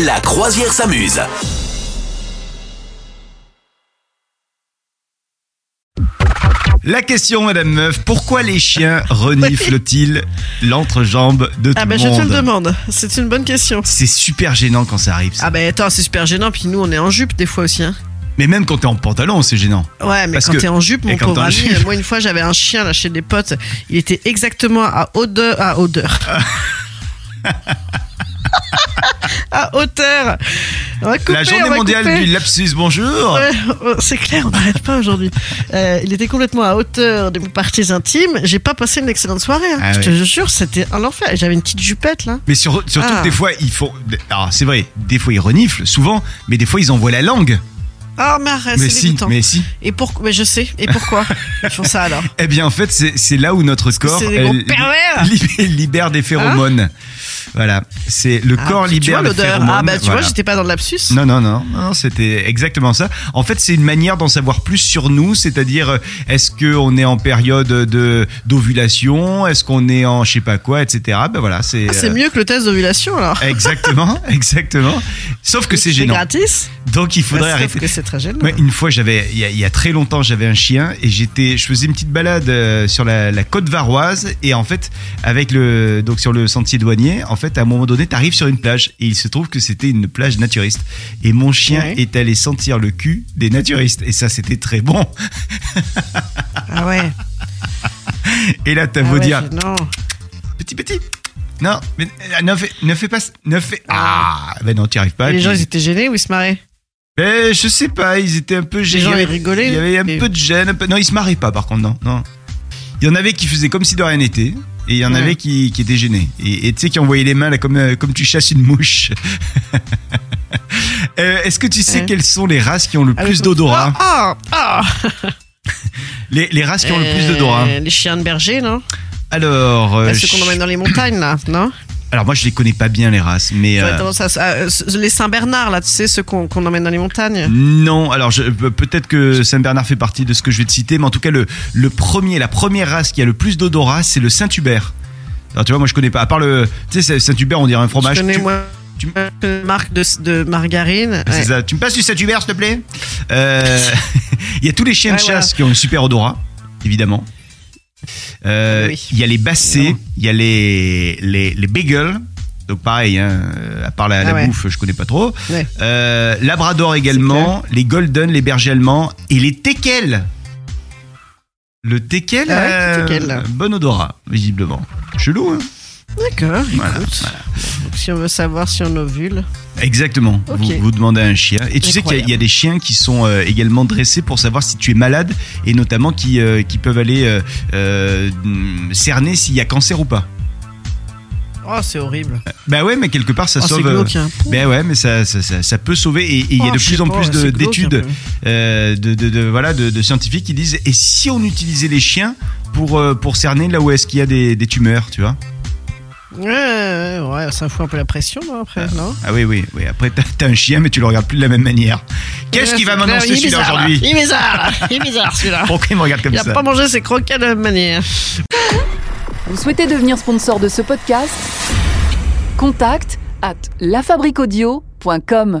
La croisière s'amuse. La question, Madame Meuf, pourquoi les chiens reniflent-ils l'entrejambe de tout Ah le bah monde je te le demande, c'est une bonne question. C'est super gênant quand ça arrive. ça. Ah bah attends, c'est super gênant, puis nous on est en jupe des fois aussi. Hein. Mais même quand t'es en pantalon, c'est gênant. Ouais, mais Parce quand que- t'es en jupe, et mon quand pauvre t'es en ami, jupe. moi une fois j'avais un chien là chez des potes, il était exactement à odeur... À odeur. à hauteur. On va couper, La on journée va mondiale couper. du lapsus, bonjour. Ouais, oh, c'est clair, on n'arrête pas aujourd'hui. Euh, il était complètement à hauteur de mes parties intimes. J'ai pas passé une excellente soirée. hein. Ah je ouais. te jure, c'était un enfer. J'avais une petite jupette là. Mais sur- surtout Ah. que des fois, ils font. Alors, c'est vrai, des fois ils reniflent, souvent, mais des fois ils envoient la langue. Ah, mais arrête, mais c'est si, dégoûtant. mais si. Et pourquoi Mais je sais. Et pourquoi Ils font ça alors Eh bien, en fait, c'est c'est là où notre que corps c'est des elle, gros li- pervers. Hein li- libère des phéromones. voilà. C'est le Ah, corps tu libère vois les l'odeur. phéromones. Ah bah tu voilà. vois, j'étais pas dans le lapsus. Non, non, non, non, c'était exactement ça. En fait, c'est une manière d'en savoir plus sur nous, c'est-à-dire euh, est-ce qu'on est en période de d'ovulation, est-ce qu'on est en je sais pas quoi, etc. Ben voilà, c'est. Ah, c'est euh, mieux que le test d'ovulation alors. Exactement, exactement. Sauf que c'est gênant. gratis. Donc il faudrait Bah, sauf arrêter. que c'est très gênant. Ouais, une fois, j'avais il y, a- il y a très longtemps, j'avais un chien et j'étais, je faisais une petite balade euh, sur la, la côte varoise et en fait, avec le donc sur le sentier douanier, en fait, à un moment donné, t'arrives sur une plage et il se trouve que c'était une plage naturiste et mon chien Ouais. est allé sentir le cul des naturistes et ça, c'était très bon. Ah ouais. Et là, t'as Ah beau ouais, dire gênant. petit petit. Non, mais euh, ne fais, ne fais pas, ne fais. Ah, ben non, t'y arrives pas. Et les Puis- gens, ils étaient gênés ou ils se marraient Eh, je sais pas, ils étaient un peu gênés. gens, ils rigolaient, Il y avait un mais- peu de gêne. un peu- Non, ils se marraient pas, par contre, non. non. Il y en avait qui faisaient comme si de rien n'était. Et il y en Ouais. avait qui, qui étaient gênés. Et et tu sais, qui envoyaient les mains là, comme, euh, comme tu chasses une mouche. Euh, Est-ce que tu sais Ouais. quelles sont les races qui ont le Ah, plus le- d'odorat Ah ah. les, les races qui ont le plus Euh, d'odorat. Les chiens de berger, non Alors, euh, Là, Ceux qu'on je- emmène dans les montagnes là, non alors moi je les connais pas bien les races, mais J'aurais euh, tendance à- à- euh, ce- les Saint Bernard là, tu sais ceux qu'on qu'on emmène dans les montagnes. Non, alors je- pe- peut-être que Saint-Bernard fait partie de ce que je vais te citer, mais en tout cas, le, le premier, la première race qui a le plus d'odorat, c'est le Saint-Hubert. Alors tu vois, moi je connais pas, à part le. Tu sais, Saint-Hubert, on dirait un fromage. je connais bah, Tu- moi tu- une marque de, de margarine. C'est Ouais. ça. Tu me passes du Saint-Hubert, s'il te plaît Euh, Il y a tous les chiens de Ouais, chasse qui ont un super odorat, évidemment. Euh, Oui. Il y a les bassets, Évidemment. il y a les, les, les bagels. Donc pareil, hein, euh, à part la, la Ah ouais. bouffe, je connais pas trop. Ouais. Euh, Labrador également, les Golden, les bergers allemands et les teckels. Le teckel, Ah ouais, a un teckel. bon odorat, visiblement. Chelou, hein D'accord, Voilà, écoute. Donc, si on veut savoir si on ovule. Exactement. Ok. Vous, vous demandez à un chien. Et tu sais qu'il y a- Incroyable. il y, a des chiens qui sont euh, également dressés pour savoir si tu es malade et notamment qui, euh, qui peuvent aller euh, euh, mm, cerner s'il y a cancer ou pas. Oh, c'est horrible. Bah ouais, mais quelque part ça Oh, c'est sauve. euh, glauque. hein. bah ouais, mais ça, ça, ça- ça peut sauver. Et et il y a Oh, de je plus sais en pas, plus de- c'est glauque, hein. un d'études, peu. euh, de, de- de- voilà, de, de scientifiques qui disent et si on utilisait les chiens pour, euh, pour cerner là où est-ce qu'il y a des, des tumeurs, tu vois Ouais, ouais, ouais, ça fout un peu la pression non, après, non Ah oui, oui, oui. Après, t'as t'as un chien, mais tu le regardes plus de la même manière. Qu'est-ce Ouais, qui va c'est m'annoncer clair, il est celui-là bizarre, là. aujourd'hui Il est bizarre, là. il est bizarre celui-là. Pourquoi il me regarde comme Il a ça pas mangé ses croquettes de la même manière. Vous souhaitez devenir sponsor de ce podcast Contact à lafabriquaudio.com.